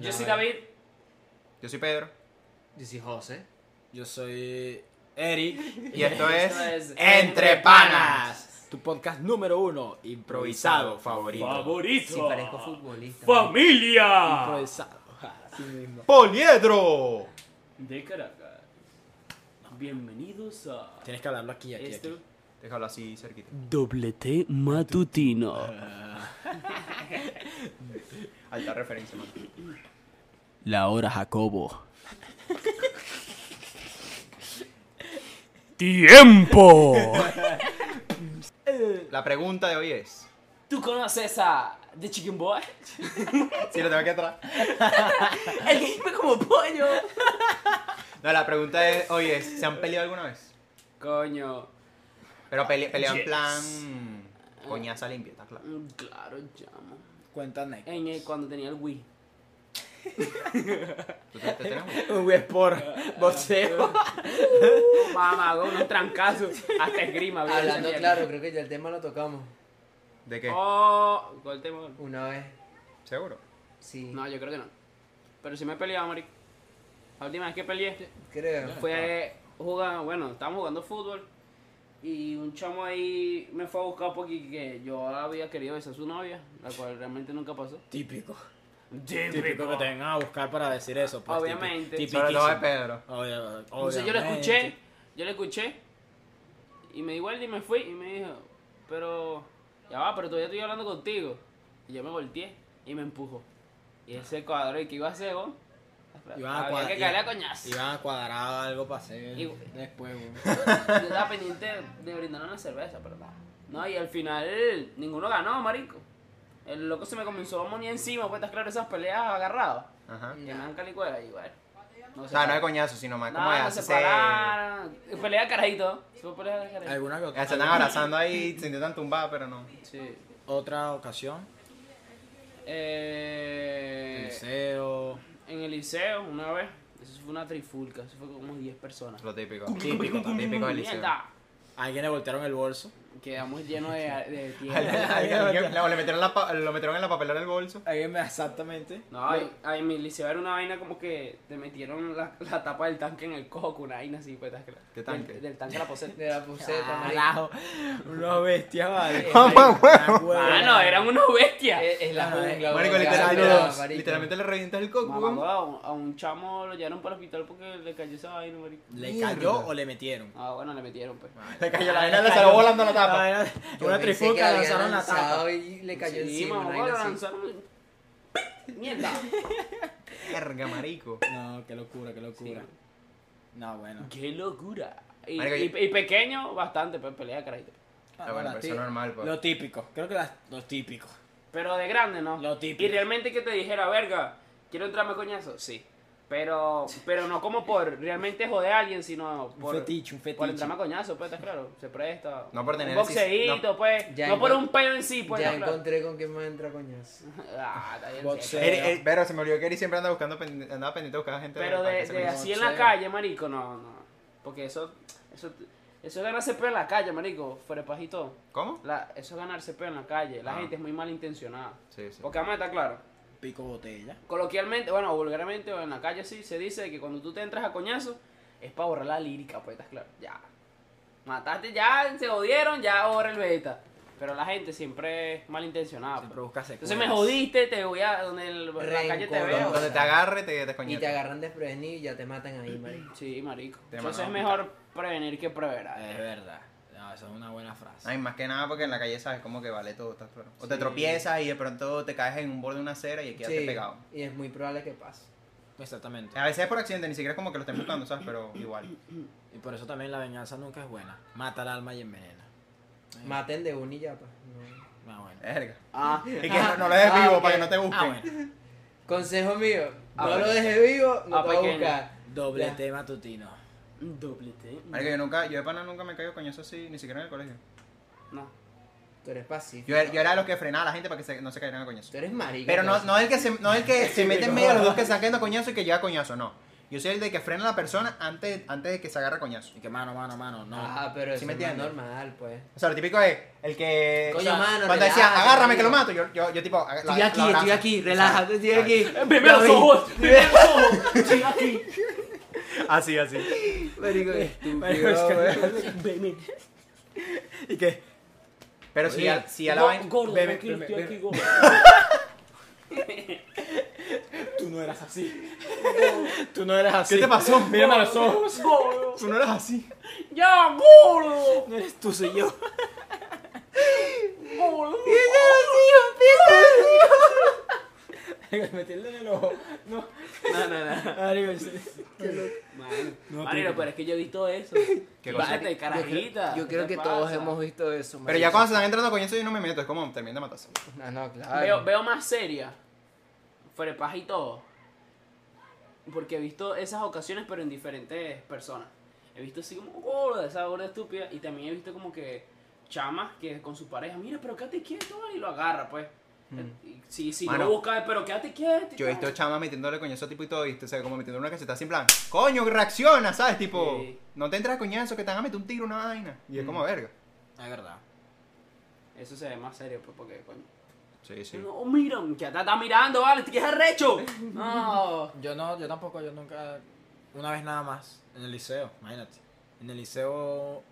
Yo No, soy eh. David. Yo soy Pedro. Yo soy José. Yo soy Eric, Y esto es es Entre Panas. tu podcast número uno, improvisado, favorito. Favorito. Si parezco futbolista. Familia. Improvisado, así mismo. ¡Poliedro! De Caracas. Bienvenidos a Tienes que hablarlo aquí, aquí, este aquí. Déjalo así cerquita. doblete matutino. Alta referencia, man. La hora Jacobo. ¡Tiempo! La pregunta de hoy es. ¿Tú conoces a The Chicken Boy? Sí, lo tengo aquí atrás. El que come como pollo. No, la pregunta de hoy es: ¿se han peleado alguna vez? Coño. Pero pele pelea en Yes. plan. Coñaza limpia, está claro. Mm, Claro, llamo. Cuéntame. En el, cuando tenía el Wii. ¿Tú te, te tienes un- Un güey por boxeo. Mamá, hago unos trancazos. Hasta esgrima. había Hablando esa claro, mierda. creo que ya el tema lo tocamos ¿De qué? Oh, ¿cuál tema? una vez. ¿Seguro? Sí, No, yo creo que no. Pero sí me he peleado, marico. La última vez que peleé creo. fue jugando, bueno, estábamos jugando fútbol. Y un chamo ahí me fue a buscar porque que yo había querido besar a su novia, la cual realmente nunca pasó. Típico. Típico que te vengan a buscar para decir eso. Pues, Obviamente. típico. Sobre todo de Tipiquísimo. Pedro. Obvia- Entonces yo lo obviamente. escuché, yo lo escuché y me di vuelta y me fui y me dijo, pero ya va, pero todavía estoy hablando contigo. Y yo me volteé y me empujó. Y ese cuadro, ¿y qué iba a hacer vos? Iban a Había cuadra- que caerle a coñazo. Iban a cuadrar algo para hacer Y- después, güey. Yo estaba pendiente de brindar una cerveza, pero nada. No, y al final ninguno ganó, marico. El loco se me comenzó a moñar encima, pues estás claro esas peleas agarrados. Ajá. Que me dan calicuera y bueno. O No sea, no de para- coñazo, sino más como de Nada, no se hacerse. pararon. Pelea de carajito. Fue pelea de carajito. ¿Alguna que Se otra, están abrazando ahí, se intentan tumbar, pero no. Sí. otra ocasión? Eh, El Liceo. en el liceo, una vez. Eso fue una trifulca. Eso fue como 10 personas. Lo típico. Típico también. Típico del liceo. Mierda. Alguien le voltearon el bolso. Quedamos llenos de, de tierra. Alguien- le- o le metieron la pa- lo metieron en la papelera del bolso. Alguien me exactamente. No, ay, ay, en mi liceo era una vaina como que te metieron la, la tapa del tanque en el coco, una vaina así, pues, que la- ¿Qué tanque? Del, del tanque a la poseta. De la puseta, marico. Carajo. Unos bestias, vale. Mamá, Ah, no, eran unos bestias. Eh, Es, es la Ah, jungla, Marico, weón, literalmente, ya, los- marico. literalmente le revientas el coco. Mamá, weón. a, un, a un chamo lo llevaron para el hospital porque le cayó esa vaina, marico. ¿Le cayó o le metieron? Ah, bueno, le metieron, pues. Le cayó la vaina, le salió volando la Ah, La tapa. vaina- Yo Una pensé que trifuca habían lanzaron la lanzado tapa. Y le cayó Sí, encima, mamá, una vaina lo así. lanzaron un- Mierda. Verga, marico. No, qué locura, qué locura. Sí. No, bueno. ¡Qué locura! Y, Marico, y- yo- y pequeño, bastante, pues pelea de carajito. Ah, bueno, pero eso es lo normal, pues. Lo típico. Creo que las, lo típico. Pero de grande, ¿no? Lo típico. Y realmente que te dijera, verga, quiero entrarme a coñazo, sí. Pero, pero no como por realmente joder a alguien, sino Un por, fetiche, un por fetiche. entrarme a coñazo, pues, está claro, se presta. No por tener Un el sis- boxeíto, pues. Ya no por encon- un pelo en sí, pues. ya está claro. encontré con quién más entra coñazo. Ah, está bien, sí. Boxeo. Eri- Eri- eh, pero se me olvidó que Eri siempre anda buscando, pen- andaba pendiente de buscar gente. Pero para de, que se de conozca. así en la boxeo. calle, marico, no, no. Porque eso, eso, eso es ganarse pelo en la calle, marico, fuera de pajito. ¿Cómo? La, eso es ganarse pelo en la calle. La Ah. gente es muy malintencionada. Sí, sí. Porque vamos a estar claro. Pico botella. Coloquialmente, bueno, o vulgarmente, o en la calle sí, se dice que cuando tú te entras a coñazo, es para borrar la lírica, pues estás claro. Ya. Mataste, ya se jodieron, ya borra el beta. Pero la gente siempre es malintencionada. Siempre pues. Ah, busca Entonces me secuelas. jodiste, te voy a. donde el- la calle te Rencor. veo. Donde te agarre, te, te Y coñeta. te agarran desprevenido y ya te matan ahí, marico. Sí, marico. Te Entonces es mandaron mejor prevenir que ¿eh? prever. Es verdad. No, esa es una buena frase. Ay, más que nada porque en la calle sabes como que vale todo, ¿estás claro? O te Sí. tropiezas y de pronto te caes en un borde de una acera y quedaste Sí, pegado. Y es muy probable que pase. Exactamente. A veces es por accidente, ni siquiera es como que lo estén buscando, ¿sabes? Pero igual. Y por eso también la venganza nunca es buena. Mata al alma y envenena. Maten de uno y ya, pues. no. Ah, bueno. Verga. Ah, Y que no, no lo dejes ah, vivo ok. para que no te busquen. Ah, bueno. Consejo mío, Ah, no bueno. lo dejes vivo, no Ah, te va a pequeño. buscar. Doble Ya. tema tutino. doblete. Marico, yo nunca, yo de pana nunca me caigo coñazo así, ni siquiera en el colegio. No. Tú eres pacífico. Yo, era- yo era de los que frenaba a la gente para que se- no se cayeran a coñazo. Tú eres marica. Pero no, pues. no el que se, no el que se mete en medio de los dos que se están cayendo a coñazo y que llega a coñazo, no. Yo soy el de que frena a la persona antes, antes de que se agarre a coñazo. Y que mano, mano, mano, no. Ah, pero Sí eso me no es entiendes. normal, pues. O sea, lo típico es el que. Coño, o sea, mano, Cuando decía, relájate, agárrame que lo marico". mato, yo, yo, yo tipo. ag- la- Estoy la aquí, abrazo. estoy aquí, relájate, estoy Exacto. aquí. Primero los David, ojos, primero los ojos. Estoy aquí. Así, así. Marico, Marico, estúpido, es que- güey. Ven, ¿Y qué? Pero si, Oye, a- si a la vaina. Gordo, bebe- tranquilo, estoy bebe- aquí, gordo. Tú no eras así. Tú no eres así. ¿Qué te pasó? Mírame a los ojos. Gordo. Tú no eres así. Ya, gordo. No eres tú, soy yo. Gordo. Me metí el dedo en el ojo. No. No, no, no. Marico, sí. Mano, No, Marico, pero- pero es que yo he visto eso. ¿Qué ¿Qué cosa? carajita. Yo ¿qué creo te que todos pasa? hemos visto eso. Pero ya cuando se están entrando a coñazo, yo no me meto. Es como terminan de matarse. No, no, Veo, claro. veo más seria. Frepas y todo. Porque he visto esas ocasiones, pero en diferentes personas. He visto así como gorda, esa gorda estúpida. Y también he visto como que chamas que con su pareja, mira, pero quédate quieto y lo agarra, pues. Y Si, si Mano. lo busca, pero quédate quieto. y Yo he tal. visto chamas metiéndole coñazo tipo y todo, ¿viste? O sea, como metiéndole una cacheta así en plan, coño, reacciona, ¿sabes? Tipo, Sí. no te entras a coñazo que te van a meter un tiro, una vaina. Y es como verga. Es verdad. Eso se ve más serio, pues, porque, coño. Sí, sí. No, mira, ya te está mirando, vale, te quieres arrecho. No. Yo no, yo tampoco, yo nunca. Una vez nada más, en el liceo, imagínate. En el liceo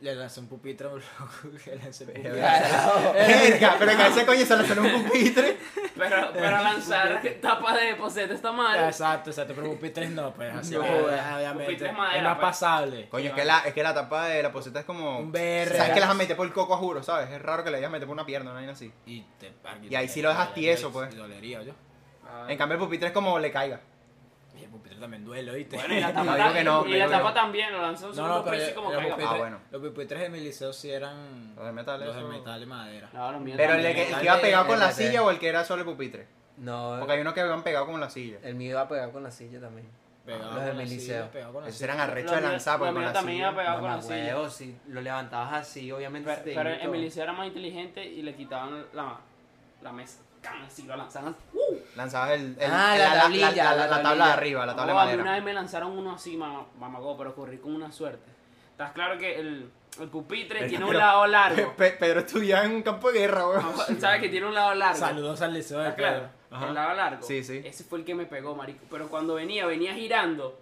le lancé un pupitre a un loco que lancé un pupitre. Verga, pero que ese coñazo le suena un pupitre. Pero, pero lanzar tapas de posete está mal. Exacto, exacto, pero pupitres no, pues así. No, obvia- obviamente. pupitres Es madera, más pues. pasable. Coño, es que, la, es que la tapa de la poseta es como. Un verga. Sabes que las has metido por el coco, a juro, ¿sabes? Es raro que le hayas metido por una pierna, una vaina así. Y, te, Y ahí sí lo dejas tieso, pues. Y dolería, yo. Ah. En cambio, el pupitre es como le caiga. Y el pupitre también duele, ¿oíste? Bueno, y la No, tapa, digo que no, y digo la que tapa no. también, lo lanzó un No, segundo no, piso pero y como los, caiga. pupitres, Ah, bueno. los pupitres de mi liceo sí eran Los de metal, los de eso. metal y madera. No, lo mío Pero el, también. de que- el metal que iba de- pegado de Ah. con la metal. silla o el que era solo el pupitre. No, eh, Porque hay unos que iban pegados con la silla. el mío iba a pegar con la silla también. Pegado Los de con la mi silla, liceo. pegado con la Esos silla. eran Lo arrechos de mío- lanzar, lo porque con mío la también silla. iba pegado con la Mamá, silla. huevo, si lo levantabas así, obviamente. Pero, se te pero iba y en mi todo. liceo era más inteligente y le quitaban la, la mesa. Can, Así lo lanzaban. Lanzabas el, el- Ah, la tablilla, la- la la tabla de tablilla. arriba, la tabla de Oh, a mí una madera. vez me lanzaron uno así, ma- mamagó, pero corrí con una suerte. Estás claro que el, el pupitre Pero- tiene un pero- lado largo. Pe- Pedro estudiaba en un campo de guerra, weón. ¿Sabes que tiene un lado largo? Saludos al liceo de Ah, claro, Pedro. Ajá. el lado largo. Sí, sí. Ese fue el que me pegó, marico. Pero cuando venía, venía girando.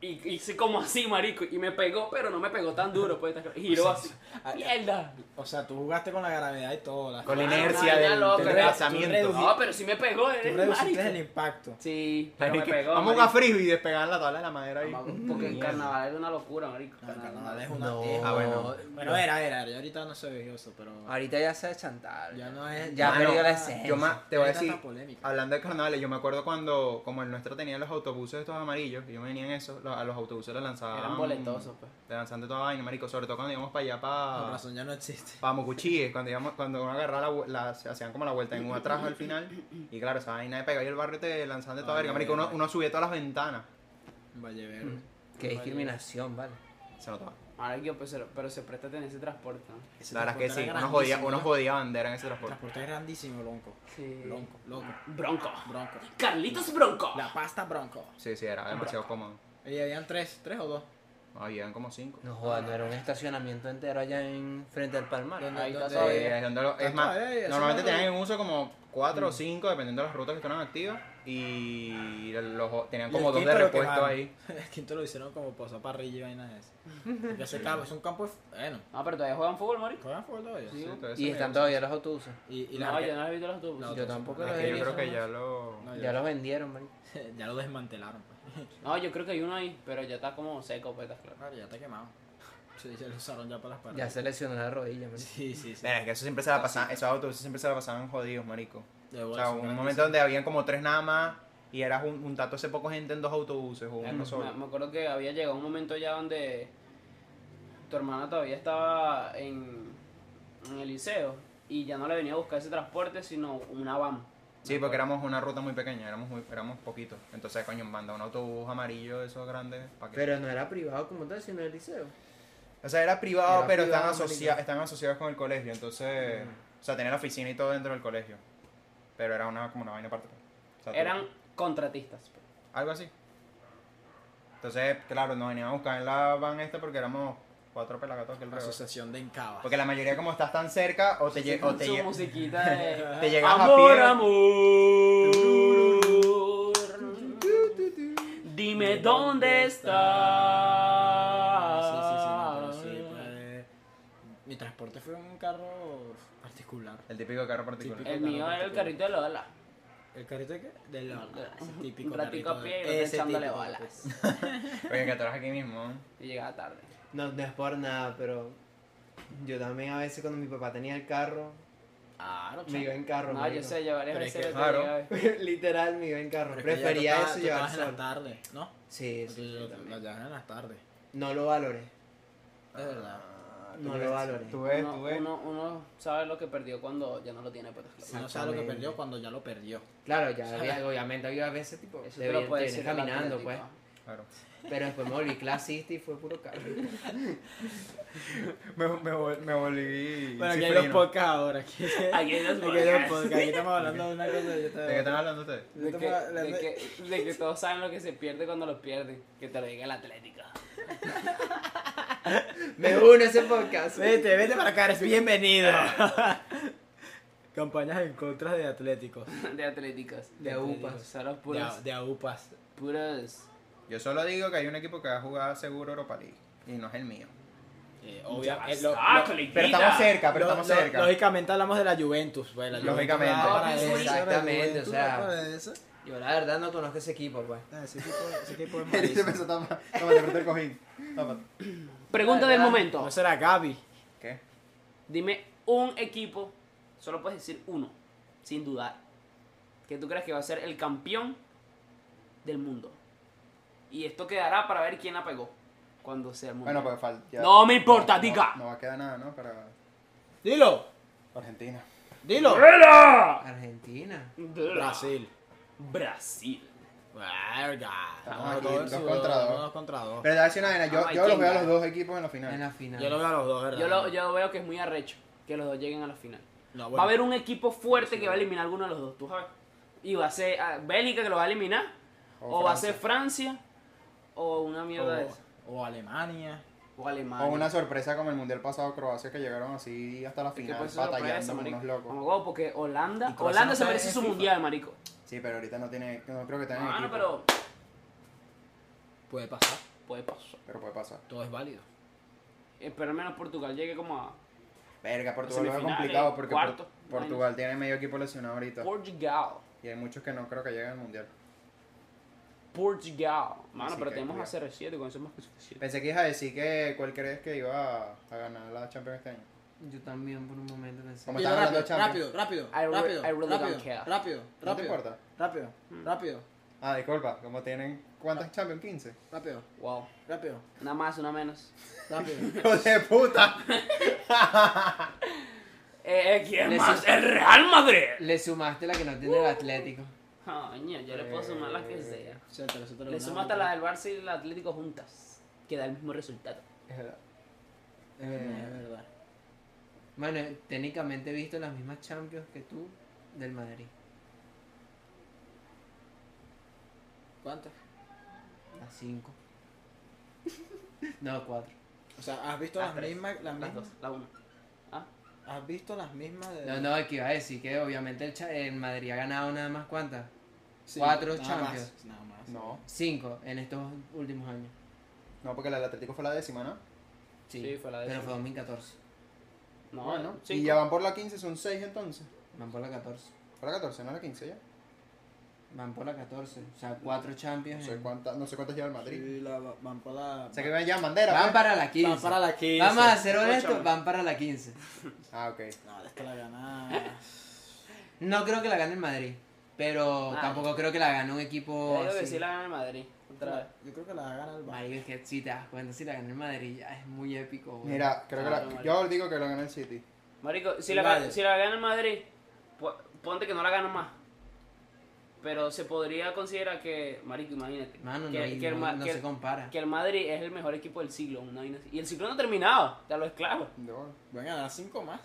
Y hice como así, marico. Y me pegó, pero no me pegó tan duro. Pues, está claro. giró así. ¡Mierda! Ah, O sea, tú jugaste con la gravedad y todo. La Con la Ah, no, inercia ya del, loco, del ya, tú desplazamiento. reduces- No, pero sí me pegó, Tú eres reduciste el marico. impacto. Sí, pero Marico, me pegó. Vamos a marico. jugar frisbee y despegar la tabla de la madera ahí. Vamos, Porque el carnaval era una locura, marico. No, el carnaval es una. No. es- Ah, bueno. Bueno, era, era. Yo ahorita no soy eso, pero. Ahorita ya se chantar. Ya no es. Ya Mano, perdió la esencia. Yo ma- te voy a Hay tanta decir, polémica. hablando de carnavales, yo me acuerdo cuando, como el nuestro tenía los autobuses estos amarillos, yo me venía en eso, lo- a los autobuses los lanzaban. Eran boletosos, pues. Le lanzaban de toda vaina, marico, sobre todo cuando íbamos para allá, Con para, razón ya no existe. para Mocuchíes, cuando íbamos, cuando uno agarraba la, vu- la- se hacían como la vuelta en un atrás al final, y claro, esa vaina de pegar y el barrio te lanzaban de toda Ay, verga, marico, uno, ay. uno subía todas las ventanas, Valle Mm. Verde. Qué discriminación, vale. se notaba. Marico, pues, pero, pero se presta a tener ese transporte. ¿no? La verdad es que sí, transporte era uno jodía, grandísimo, uno ¿no? jodía bandera en ese El transporte. transporte es grandísimo, Bronco. Sí. Bronco, loco. Bronco. Bronco. Carlitos Bronco. La pasta Bronco. Sí, sí, era demasiado cómodo. Y habían tres, tres o dos. No, llegan como cinco. No jodas, no era un estacionamiento entero allá en frente al palmar. Donde- Ahí está donde- todo Sí, bien. es donde lo- es más, Tatuaje, eso normalmente es lo- Mm. tenían en uso como 4 o 5, dependiendo de las rutas que estaban activas, y los, tenían y como el dos de quinto lo repuesto quemaron. ahí. El quinto lo hicieron como posa parrilla y vainas de esas. Porque ese campo es un campo. Bueno, No, pero todavía juegan fútbol, marico. juegan fútbol todavía. Sí. Entonces, Y me- están todavía los autobuses. Y, y la No, arque- yo no he visto los autobuses. No, Yo tampoco es los que he yo creo visto. que ya lo... No, Ah, Ya los vendieron, man. ya lo desmantelaron. Pues. No, yo creo que hay uno ahí, pero ya está como seco, pues está claro. Claro, ya está quemado. Sí, ya lo usaron ya para las Ya parrillas. se lesionó la rodilla, man. Sí, sí, sí. Mira, es que eso siempre se la pasaban, esos autos siempre se la pasaban jodidos, marico. De O bola, sea, son un momento grandísimos. donde habían como tres nada más, y era jun- juntando hace poco gente en dos autobuses o uno Me, solo. me acuerdo que había llegado un momento ya donde tu hermana todavía estaba en, en el liceo y ya no le venía a buscar ese transporte, sino una van. Sí, porque éramos una ruta muy pequeña, éramos muy, éramos poquitos. Entonces, coño, manda un autobús amarillo de esos grandes, ¿para qué? Pero no era privado como tal, sino el liceo. O sea, era privado, Era pero privado, Mm. están, asocia- marica. están asociados con el colegio, entonces... O sea, tenía la oficina y todo dentro del colegio. Pero era una, como una vaina aparte. O sea, tú- pues. Eran contratistas. Algo así. Entonces, claro, nos venían a buscar en la van esta porque éramos cuatro pelagatos que el Asociación de Encabas. Porque la mayoría, como estás tan cerca, o te, lle- o te, Su lle- musiquita de... te llegas Amor, a pie. amor. Dime dónde Ah, está. Sí, sí, sí, no, pero Ah, sí, pues, Mi transporte fue un carro particular. El típico carro particular. Típico. El mío era el carrito de Lola. ¿El carrito de qué? De la ese típico Un ratico a carrito de- pie y otro Ese echándole típico, balas. Oye, que tú eras aquí mismo. ¿eh? Y llegaba tarde. No, no es por nada, pero yo también a veces cuando mi papá tenía el carro, Claro, me iba en carro. No, marico. yo sé, yo varias Pero es veces que, lo claro. tenía. Literal, me iba en carro. Pero es que ya Prefería tú eso estabas- tú llevar estabas en sol. las tardes, ¿no? Sí, Porque sí, lo, lo sí, también. llevas en las tardes. No lo valoré. De verdad. Ah, No tú lo ves, valores. Tú ves, Uno, tú ves. uno, uno sabe lo que perdió cuando ya no lo tiene, pues. claro. Uno sabe lo que Exactamente. perdió cuando ya lo perdió. Claro, ya ¿Sabes? había, obviamente había veces tipo, Eso te te lo vi- puede te decir vienes el caminando, pues. Atlético. Claro. Pero después me volví clasista y fue puro carro. Me, me, vol- me volví. Bueno, aquí hay los cifrino. podcasts ahora. Aquí, Aquí hay los aquí hay los podcasts. podcasts. Aquí estamos hablando de una cosa. y otra. ¿De qué están hablando ustedes? De que, de, que, de que todos saben lo que se pierde cuando lo pierden. Que te lo diga el Atlético. me uno a ese podcast. Vete, vete para acá, eres bienvenido. Campañas en contra de Atléticos. De Atléticos. De agupas. Son los De, puros. de AUPAS. puros. Yo solo digo que hay un equipo que va a jugar seguro Europa League. Y no es el mío. Eh, obviamente. Ah, Pero Coliquita. estamos cerca, pero Lo- estamos lo- cerca. Lógicamente hablamos de la Juventus. Pues, la Juventus Lógicamente. va para eso, Exactamente, la Juventus o sea. va Ah, para eso. Yo la verdad no conozco ese equipo, pues. Ah, Ese equipo, ese equipo es Él se malísimo. empezó a tapar. Tómate, aprieta el cojín. Tómate. Pregunta del momento. No será Gaby. ¿Qué? Dime un equipo. Solo puedes decir uno. Sin dudar. Que tú crees que va a ser el campeón del mundo. Y esto quedará para ver quién la pegó. Cuando sea el mundo. Bueno, pues falta. No me importa, diga. No, no va a quedar nada, ¿no? Para Dilo, Argentina. pues, dilo. Argentina. Brasil. Brasil. Verga. Estamos aquí, Todos dos sudor, contra dos. todos contra dos. Pero te voy a decir una vaina, yo, Ah, yo los veo a los Vikinga. dos equipos en la final. En la final. Yo lo veo a los dos, ¿verdad? Yo, lo, yo veo que es muy arrecho que los dos lleguen a la final. No, Va bueno. a haber un equipo fuerte que va a eliminar a alguno de los dos, tú sabes. Y va a ser ah, Bélgica que lo va a eliminar. O, O va a Francia. ser Francia. O una mierda de esa. o, o Alemania. O Alemania. O una sorpresa como el mundial pasado Croacia que llegaron así hasta la ¿Qué final puede ser sorpresa, batallando como marico? unos locos. Como, wow, porque Holanda. Y Croacia Holanda no se sabe merece de su FIFA. mundial, marico. Sí, pero ahorita no tiene, no creo que tengan Bueno, equipo. Pero... pero Puede pasar. puede pasar. puede pasar. Todo es válido. Eh, Pero al menos Portugal llegue como a Verga, Portugal es semifinales, complicado porque Por- cuarto, Portugal tiene medio equipo lesionado ahorita. Portugal. Y hay muchos que no creo que lleguen al mundial. Portugal. Mano, Así pero que tenemos a cuidado. CR7 con eso es más que suficiente. Pensé que ibas a decir que cuál crees que iba a, a ganar la Champions este año. Yo también por un momento pensé. Como Dilo estaban hablando de rápido, Champions. rápido, rápido, I re- rápido, I really rápido, don't care. rápido, ¿No te rápido, importa? rápido, rápido, Ah. Ah, disculpa, como tienen cuántas Champions 15. rápido, Wow. rápido, Una más, una menos. rápido. ¡Hijo de puta! Eh, eh, ¿Quién Les- más? ¡El Real Madrid! Le sumaste la que no tiene el Atlético. Coño, yo le puedo sumar las que Eh, sea. Suéltalo, suéltalo. Le una sumo hasta boca. la del Barça y el Atlético juntas. Que da el mismo resultado. Es verdad. No, Eh, es verdad. Bueno, técnicamente he visto las mismas Champions que tú del Madrid. ¿Cuántas? Las cinco. no, cuatro. O sea, ¿has visto Las las, tres. mismas, las Las mismas? dos, la una. ¿Ah? ¿Has visto las mismas de...? No, no, es que iba a decir que obviamente el, Cha- el Madrid ha ganado nada más cuántas. Sí, cuatro nada Champions. más, nada más. No, Cinco en estos últimos años. no, porque la del Atlético fue la décima, ¿no? Sí, Sí, fue la pero décima. fue 2014. No, bueno, cinco. y ya van por la 15, son 6 entonces. Van por la 14. Por la 14, no la 15 ya. Van por la 14. O sea, cuatro No Champions. sé en- cuántas, no sé cuántas lleva el Madrid. Sí, la, van para la... O sea que van ya en bandera. Van pues. para la 15. Van para la 15. Vamos a hacer Escúchame. honestos, van para la 15. Ah, ok. No, es que la ganada... No creo que la gane el Madrid, pero Ah, tampoco creo que la gane un equipo Yo digo que así. sí la gana el Madrid. Otra vez. Yo creo que la gana el Bayern. Marico, es que si te das cuenta, si la gana el Madrid ya es muy épico. güey. Mira, creo que Ah, Claro, la, vale. yo digo que lo gana el City. Marico, si la, Vale. gana- si la gana el Madrid, po- ponte que no la gana más. Pero se podría considerar que, Marico, imagínate. Mano, que, no, y que el, no- Ma- no que- se compara. que el Madrid es el mejor equipo del siglo. una vaina así. Y el siglo no ha terminado, ya lo es claro. No. Van a ganar cinco más.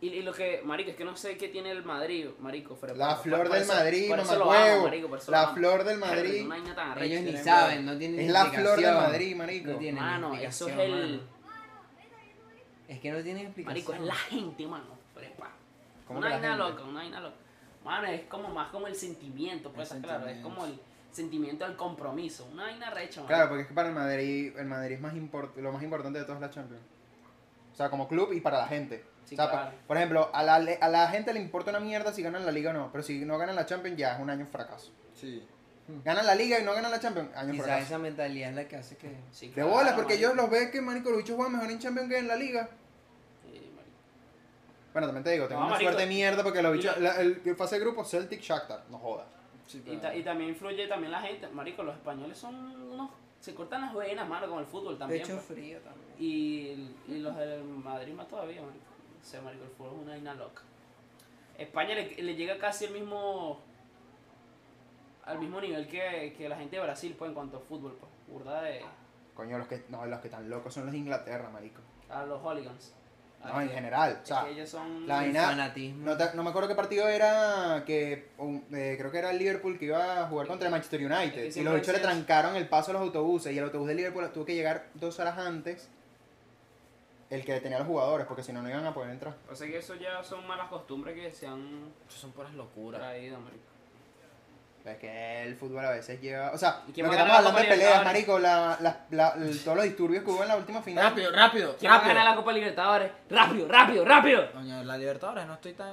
Y, y lo que, marico, es que no sé qué tiene el Madrid, marico. fuera de La broma. flor Por del eso- Madrid, por eso lo mamahuevo. amo, marico, por eso lo La amo. flor del Verga, Madrid. una vaina tan arrecha. Ellos ni tienen saben, no tienen Es la flor del explicación. Madrid, marico. No tienen Mano, eso es explicación, el. mano. Es que no tienen explicación. Marico, es la gente, mano. Prepa. ¿Cómo Una que la vaina gente? loca, una vaina loca. Mano, es como más como el sentimiento, pues, El claro. Es sentimiento. como el sentimiento del compromiso. Una vaina recha, mano. Claro, porque es que para el Madrid, el Madrid es más import- lo más importante de todas las Champions. O sea, como club y para la gente. Sí, O sea, pa- claro. Por ejemplo, a la, le- a la gente le importa una mierda si ganan la liga o no, pero si no ganan la Champions ya es un año fracaso. Sí. Hmm. Ganan la liga y no ganan la Champions, año Quizás fracaso. esa mentalidad es la que hace que. Sí, pues, De claro, bolas, porque marico. ellos los ven que Marico los bichos juegan mejor en Champions que en la liga. Sí, marico. Bueno, también te digo, tengo No, una marico. suerte de mierda porque los Y bichos, lo- la- el, el fase de grupo Celtic Shakhtar, no jodas. sí Y, ta- y también influye también la gente. Marico, los españoles son unos... Se cortan las venas, mano, con el fútbol también. Pecho pues. frío también. Y, y los del Madrid más todavía, marico. O sea, marico, el fútbol es una vaina loca. España le, le llega casi el mismo... Al mismo nivel que, que la gente de Brasil, pues, en cuanto a fútbol, pues. Burda de... Coño, los que, no, los que están locos son los de Inglaterra, Marico. A los hooligans. A No, en que- general. O es sea, que ellos son... la- El vaina- fanatismo. No, te- no me acuerdo qué partido era que un- eh, creo que era el Liverpool que iba a jugar contra el Manchester United Es que y los bichos siempre le es eso. trancaron el paso a los autobuses y el autobús de Liverpool tuvo que llegar dos horas antes el que tenía a los jugadores porque si no no iban a poder entrar. O sea, que eso ya son malas costumbres que se han son puras locuras. traído, marico. Es que el fútbol a veces lleva, o sea, ¿Y lo que quién va a estamos ganar la hablando de Copa peleas, Libertadores? marico, la- la- la- el- todos los disturbios que hubo en la última final. Rápido, rápido, ¿Quién va a ganar rápido. la Copa Libertadores? ¡Rápido, rápido, rápido! Doña, la Libertadores no estoy tan,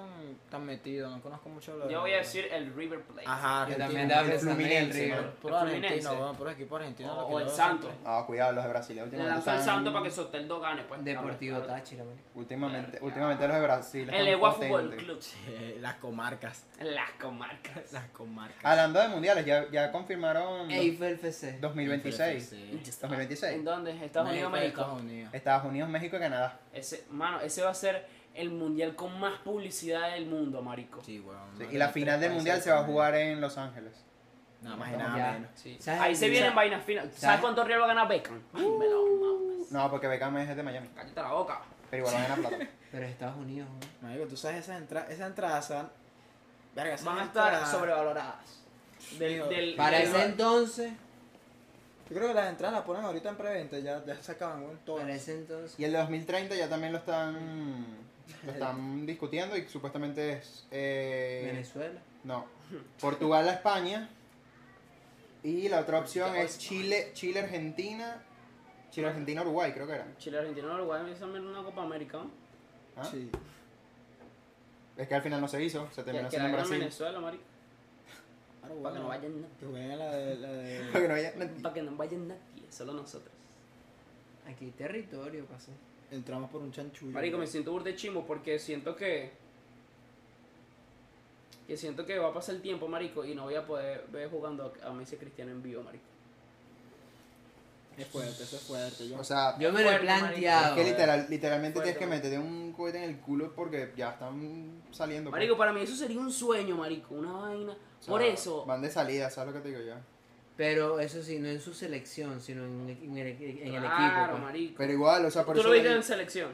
tan metido, no conozco mucho la Yo voy a decir el River Plate. Ajá, Yo Argentina. también estaba el pensando en el Fluminense, River. mano. Puro El Fluminense. argentino, bueno, puro equipo argentino. O- lo que o el yo Santos. siempre- Ah, cuidado los de Brasil Le últimamente lanzó el están- santo para que Soteldo gane, pues. Deportivo Claro. Táchira, marico. últimamente últimamente los de Brasil El están Egua Fútbol potentes. Club. Sí, las comarcas, Las comarcas. las comarcas. Hablando de mundiales, ya, ya confirmaron Eiffel FC. 2026. Sí. 2026. ¿En dónde? Estados Unidos, México. Estados Unidos. Estados Unidos, México y Canadá. Ese, mano, ese va a ser el mundial con más publicidad del mundo, marico. Sí, weón. Sí, no y la tres final del países mundial se va a también. jugar en Los Ángeles. Nada más y No, nada ya. menos. Sí. ¿Sabes? Ahí se ¿Sabes? vienen vainas finas. ¿Sabes ¿Sabes? cuánto real va a ganar Beckham? Ay, me lo mames. No, porque Beckham es de Miami. Cállate la boca. Pero igual van a ganar plata. Pero Estados Unidos, ¿no? Marico, tú sabes esas entradas, esas entradas son- Verga, esas Van a estar entradas- sobrevaloradas. Del, Digo, del, Para del- ese entonces, Yo creo que las entradas las ponen ahorita en preventa, ya, ya se acaban, weón, todas. para ese entonces, Y el de 2030 ya también lo están lo están discutiendo y supuestamente es eh, Venezuela. no Portugal a España y la otra opción es Chile Chile Argentina Chile Argentina Uruguay creo que era Chile, Argentina, Uruguay, esa mierda es una Copa América. ¿no? ¿Ah? Sí. es que al final no se hizo se Que, terminó que haciendo la en gane Brasil Venezuela, marico. Claro, Para que no weón. vayan na- Que jueguen la de. La de... Para que no haya- Para que no vayan nadie, solo nosotros. Aquí territorio pasó. Entramos por un chanchullo. Marico, me weón. siento burde chimo porque siento que. Que siento que va a pasar el tiempo, marico, y no voy a poder ver jugando a, a Messi y Cristiano en vivo, marico. Es fuerte, eso es fuerte. Yo, o sea Yo me lo he Fuerte, marico. es planteado. que literal, literalmente Fuerte, tienes que marico. meterte un cohete en el culo porque ya están saliendo pues. Marico, para mí eso sería un sueño, marico, una vaina. O sea, Por eso, Van de salida, ¿sabes lo que te digo yo? Pero eso sí, no en su selección, sino en, en el, en el claro, equipo. pues. marico. Pero igual, o sea, por Tú eso. lo viste la- en selección.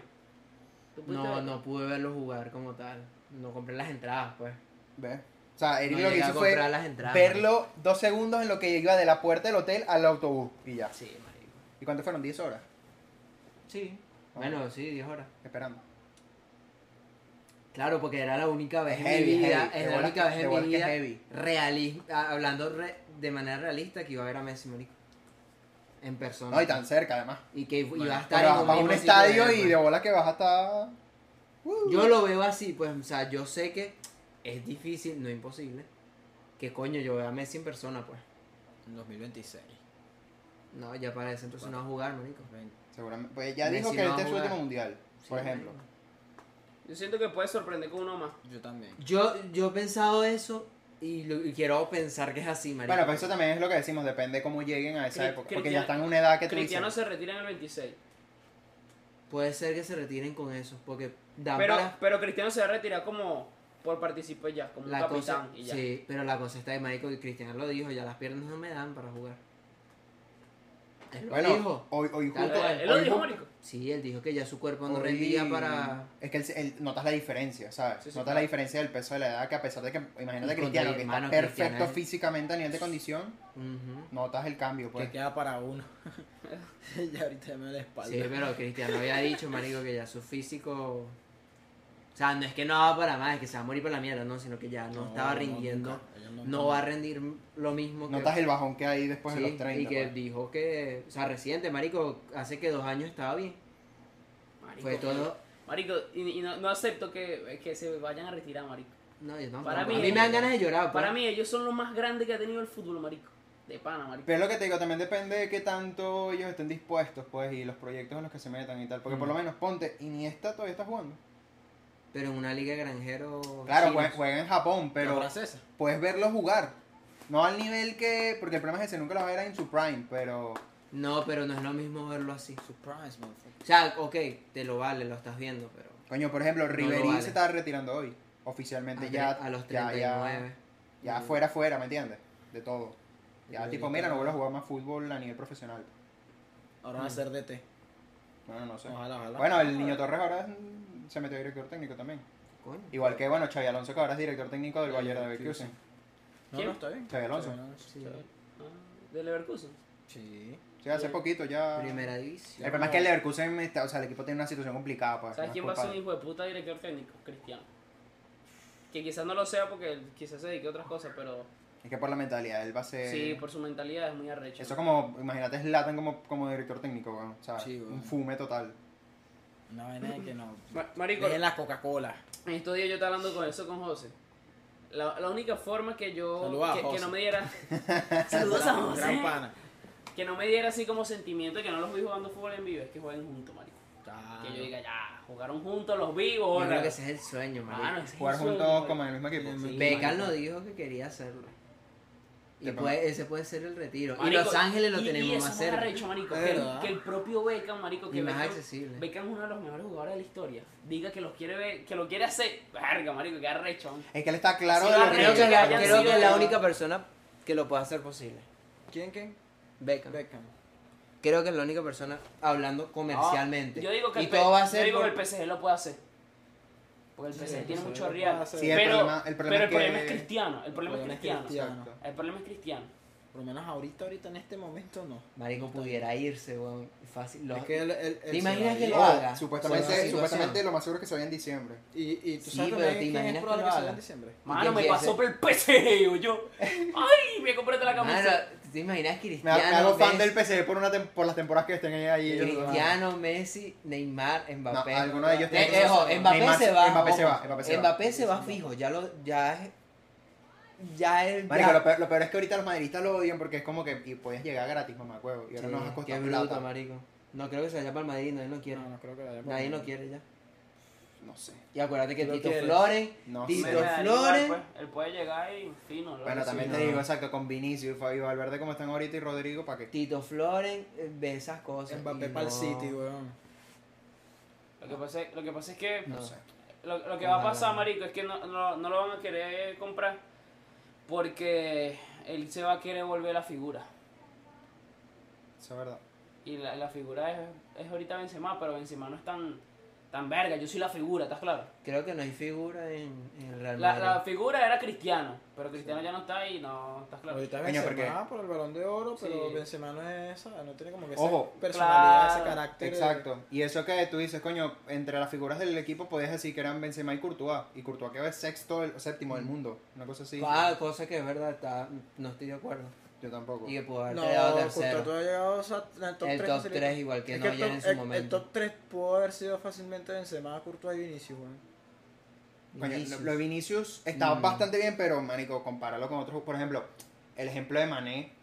¿Tú pudiste No, ver? no pude verlo jugar como tal. No compré las entradas, pues. ¿Ves? O sea, Eric No lo que llegué a hizo comprar fue las entradas. verlo dos segundos en lo que iba de la puerta del hotel al autobús y ya. Sí, marico. ¿Y cuánto fueron? 10 horas Sí. Bueno, sí, 10 horas. esperando. Claro, porque era la única Es vez en heavy, mi vida, heavy. De es la bolas única que- vez de en mi bolas que es vida heavy. realis- a- hablando re- de manera realista que iba a ver a Messi, marico. En persona. No, y tan cerca además. Y que iba a estar Pero en vas a un mismo sitio estadio de él, y pues. de bola que vas hasta. uh, Yo lo veo así, pues, o sea, yo sé que es difícil, no imposible, que coño yo vea a Messi en persona, pues. en 2026. No, ya para ese entonces no va a jugar, marico. Ven. Seguramente. Pues ya Messi dijo que no va este a es su jugar. último mundial, por Sí, ejemplo. marico. Yo siento que puedes sorprender con uno más. Yo también. Yo, yo he pensado eso y, lo- y quiero pensar que es así, marico. Bueno, pues eso también es lo que decimos, depende cómo lleguen a esa Cri- época. Porque ya Cristiano- están en una edad que tú Cristiano dices. se retira en el 26. Puede ser que se retiren con eso, porque dan Pero, para- pero Cristiano se va a retirar como por participar ya, como un la cosa, capitán y ya. sí, pero la cosa está de marico y Cristiano lo dijo, ya las piernas no me dan para jugar. Él lo Bueno, dijo. hoy, hoy Tal justo. cual. Eh, Él lo hoy dijo, ju- marico. Sí, él dijo que ya su cuerpo no hoy- rendía para... Es que él, él- notas la diferencia, ¿sabes? Sí, sí, notas claro. la diferencia del peso de la edad, que a pesar de que, imagínate Y Cristiano, contra que hermano, está perfecto Cristiano ¿eh? es- físicamente a nivel de condición, Ujú. notas el cambio, pues. Que queda para uno. ya ahorita ya me da la espalda. Sí, pero Cristiano había dicho, marico, que ya su físico... O sea, no es que no va para más, es que se va a morir para la mierda, no, sino que ya no, estaba rindiendo. nunca. Ellos No, nunca. va a rendir lo mismo que... Notas el bajón que hay después Sí, de los 30. y que pues. dijo que... O sea, reciente, marico, hace que dos años estaba bien. Marico, eh, Fue todo... Marico, y, y no, no acepto que, que se vayan a retirar, marico. No, yo tampoco. Para a mí- mí me dan ganas de llorar. Para pues. mí, ellos son los más grandes que ha tenido el fútbol, marico. De pana, marico. Pero es lo que te digo, también depende de qué tanto ellos estén dispuestos, pues, y los proyectos en los que se metan y tal. Porque por Mm. lo menos, ponte, Iniesta todavía está jugando. Pero en una liga de granjeros... Claro, pues, chinos. jue- juega en Japón, La pero francesa. puedes verlo jugar. No al nivel que. Porque el problema es ese, nunca lo verás en su prime, pero. No, pero no es lo mismo verlo así. Surprise, motherfucker. O sea, ok, te lo vale, lo estás viendo, pero... Coño, por ejemplo, lo Ribery vale. se está retirando hoy. Oficialmente a, ya. tre- a los ya- 39. Ya, ya fuera, fuera, ¿me entiendes? De todo. Ya, Ribery tipo, está- mira, no vuelvo a jugar más fútbol a nivel profesional. Ahora Mm. va a ser DT. Bueno, no sé. Ojalá, ojalá. Bueno, el niño Torres ahora mm, se metió director técnico también. Coño. Igual que, bueno, Xavi Alonso, que ahora es director técnico del Sí, Bayern de sí, Leverkusen. No, ¿Quién? no, está bien. Xabi Alonso. Xabi Sí. Ah, De Leverkusen. Sí. Sí, hace Sí. poquito ya. Primera El división. problema es que el Leverkusen, está, o sea, el equipo tiene una situación complicada. Ah, Pues, ¿Sabes no es quién va a culpa ser un hijo de puta director técnico? Cristiano. Que quizás no lo sea porque él quizás se dedique a otras cosas, pero de- Es que por la mentalidad, él va a ser... Eh, sí, por su mentalidad es muy arrecho. Eso como, imagínate, Zlatan como, como director técnico, weón. O sea, Sí, weón. un fume total. Una vaina de que no. Ma- Marico, Dejen la Coca-Cola. En estos días yo estaba hablando con eso con José. La, la única forma que yo. Saluda a que, que José. no me diera. Saludos a Gran- Gran José. pana. Que no me diera así como sentimiento de que no los vi jugando fútbol en vivo, es que jueguen juntos, marico. Claro. Que yo diga, ya, jugaron juntos, los vi, Ah, Yo borra. creo que ese es el sueño, Mano, marico. ese es Jugar el sueño, juntos marico. como en el mismo equipo. Sí, Beckham marico. lo dijo que quería hacerlo. Y Te puede- ese puede ser el retiro. y Marico, Los Ángeles lo y- y tenemos eso más es cerca. arrecho, marico, Es que, el, verdad. que el propio Beckham, marico, que Y más Beckham, accesible. Beckham es uno de los mejores jugadores de la historia. Diga que los quiere ver, que lo quiere hacer. Verga, marico, que arrecho. Es que él está claro Sí, de lo arrecho ah, Creo que, la- hayan creo sido que es la de- única persona que lo puede hacer posible. ¿Quién, quién? Beckham. Beckham. Creo que es la única persona hablando comercialmente. Ah, Yo digo que y el, todo va a P- yo ser digo que por- el PSG lo puede hacer. Porque el PSG el tiene PSG mucho lo real. puede hacer. Sí, el pero, problema- el problema pero es el problema que- es cristiano. El problema es cristiano. Exacto. El problema es cristiano. Por lo menos ahorita, ahorita en este momento no. Marico pudiera irse, weón. Fácil. Los- Es que él- él- él ¿Te imaginas se que va lo a ir. haga? oh, Supuestamente, Por la situación. supuestamente lo más seguro es que se vaya en diciembre. Y, y tú sabes Sí, también pero ¿te que imaginas que es probable lo que se haga? haga en diciembre. Mano, quién me quiere pasó ser? por el PSG, yo. Ay, me compré la Mano, camiseta. ¿te imaginas Me, ha- Cristiano? me hago fan Messi- del PC por, una tem- por las temporadas que estén ahí. ahí ellos dos. Cristiano, Messi, Neymar, Mbappé. No, alguno de ellos tiene Eh, que- eh, ojo, Mbappé Neymar- se va. Mbappé se ojo. va, Mbappé se va. se va fijo, ya lo ya es ya es Marico, ya- lo peor, lo peor es que ahorita los madridistas lo odian porque es como que y podías llegar gratis, mamá, huevo. Y ahora Sí, nos ha qué costado bruto, plata. marico. No creo que se vaya para el Madrid, nadie lo quiere. No, no creo que lo haya nadie podido. lo quiere ya. No sé. Y acuérdate que ¿Tú lo Tito quieres? Flores, No Tito sé. Me da igual, Flores. pues. Él puede llegar y fino. lo Bueno, hace. también no. te digo, exacto, con Vinicius, Fabio Valverde como están ahorita y Rodrigo, ¿para qué? Tito Flores, eh, ve esas cosas. Mbappé y para el no- City, weón. Lo que pasa es, lo que, pasa es que No, No. sé. lo, lo que va a Ojalá. pasar, marico, es que no, no, no lo van a querer comprar porque él se va a querer volver la figura. Eso es verdad. Y la, la figura es, es ahorita Benzema, pero Benzema no es tan, tan verga. Yo soy la figura, ¿estás claro? Creo que no hay figura en, en el Real La, Madrid. la figura era Cristiano, pero Cristiano ya no está y no, ¿estás claro? Ahorita Coño, Benzema ¿por qué? por el balón de oro, pero Sí. Benzema no es esa, no tiene como que Ojo. esa personalidad, Claro. ese carácter. de- Exacto. Y eso que tú dices, coño, entre las figuras del equipo podías decir que eran Benzema y Courtois. Y Courtois quedó de sexto del- o séptimo Mm. del mundo. Una cosa así. Ah, cosa que es verdad, está- no estoy de acuerdo. Yo tampoco. Y que pudo haber No, quedado Courtois tercero. ha llegado o sea, en el top El 3. top 3 igual que Neuer en su El momento. top 3 pudo haber sido fácilmente Benzema, Courtois y Vinicius, weón. Coño, lo, Vinicius. lo de Vinicius estaba Mm. bastante bien, pero, manico, compáralo con otros. Por ejemplo, el ejemplo de Mané.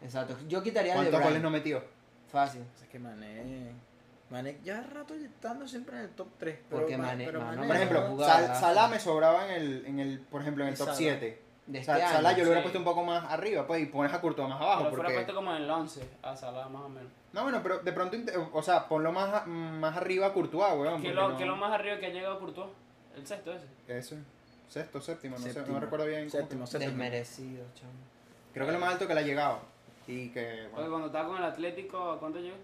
Exacto. Yo quitaría el de ¿Cuántos goles Brian. no metió? Fácil. O sea, es que Mané... Mané ya rato estando siempre en el top 3. Porque Mané- Mané- Por ejemplo, jugaba, Sal- ¿verdad? Salah me sobraba en el, en el, por ejemplo, en el Y top Salah. 7. De este Sal- año. Salah yo lo hubiera sí. puesto un poco más arriba, pues, y pones a Courtois más pero abajo, fuera puesto porque... como en el 11, a Salah más o menos. No, bueno, pero de pronto, inte- o sea, ponlo más, a- más arriba a Courtois, weón. ¿Qué porque es lo, no- qué es lo más arriba que ha llegado Courtois? El sexto ese. Eso, sexto, séptimo, no sé, Séptimo. no recuerdo bien. cómo- Séptimo, séptimo. Desmerecido, chamo. Creo que es lo más alto que le ha llegado. Y que, Porque bueno, cuando estaba con el Atlético, ¿a ¿cuánto llegó?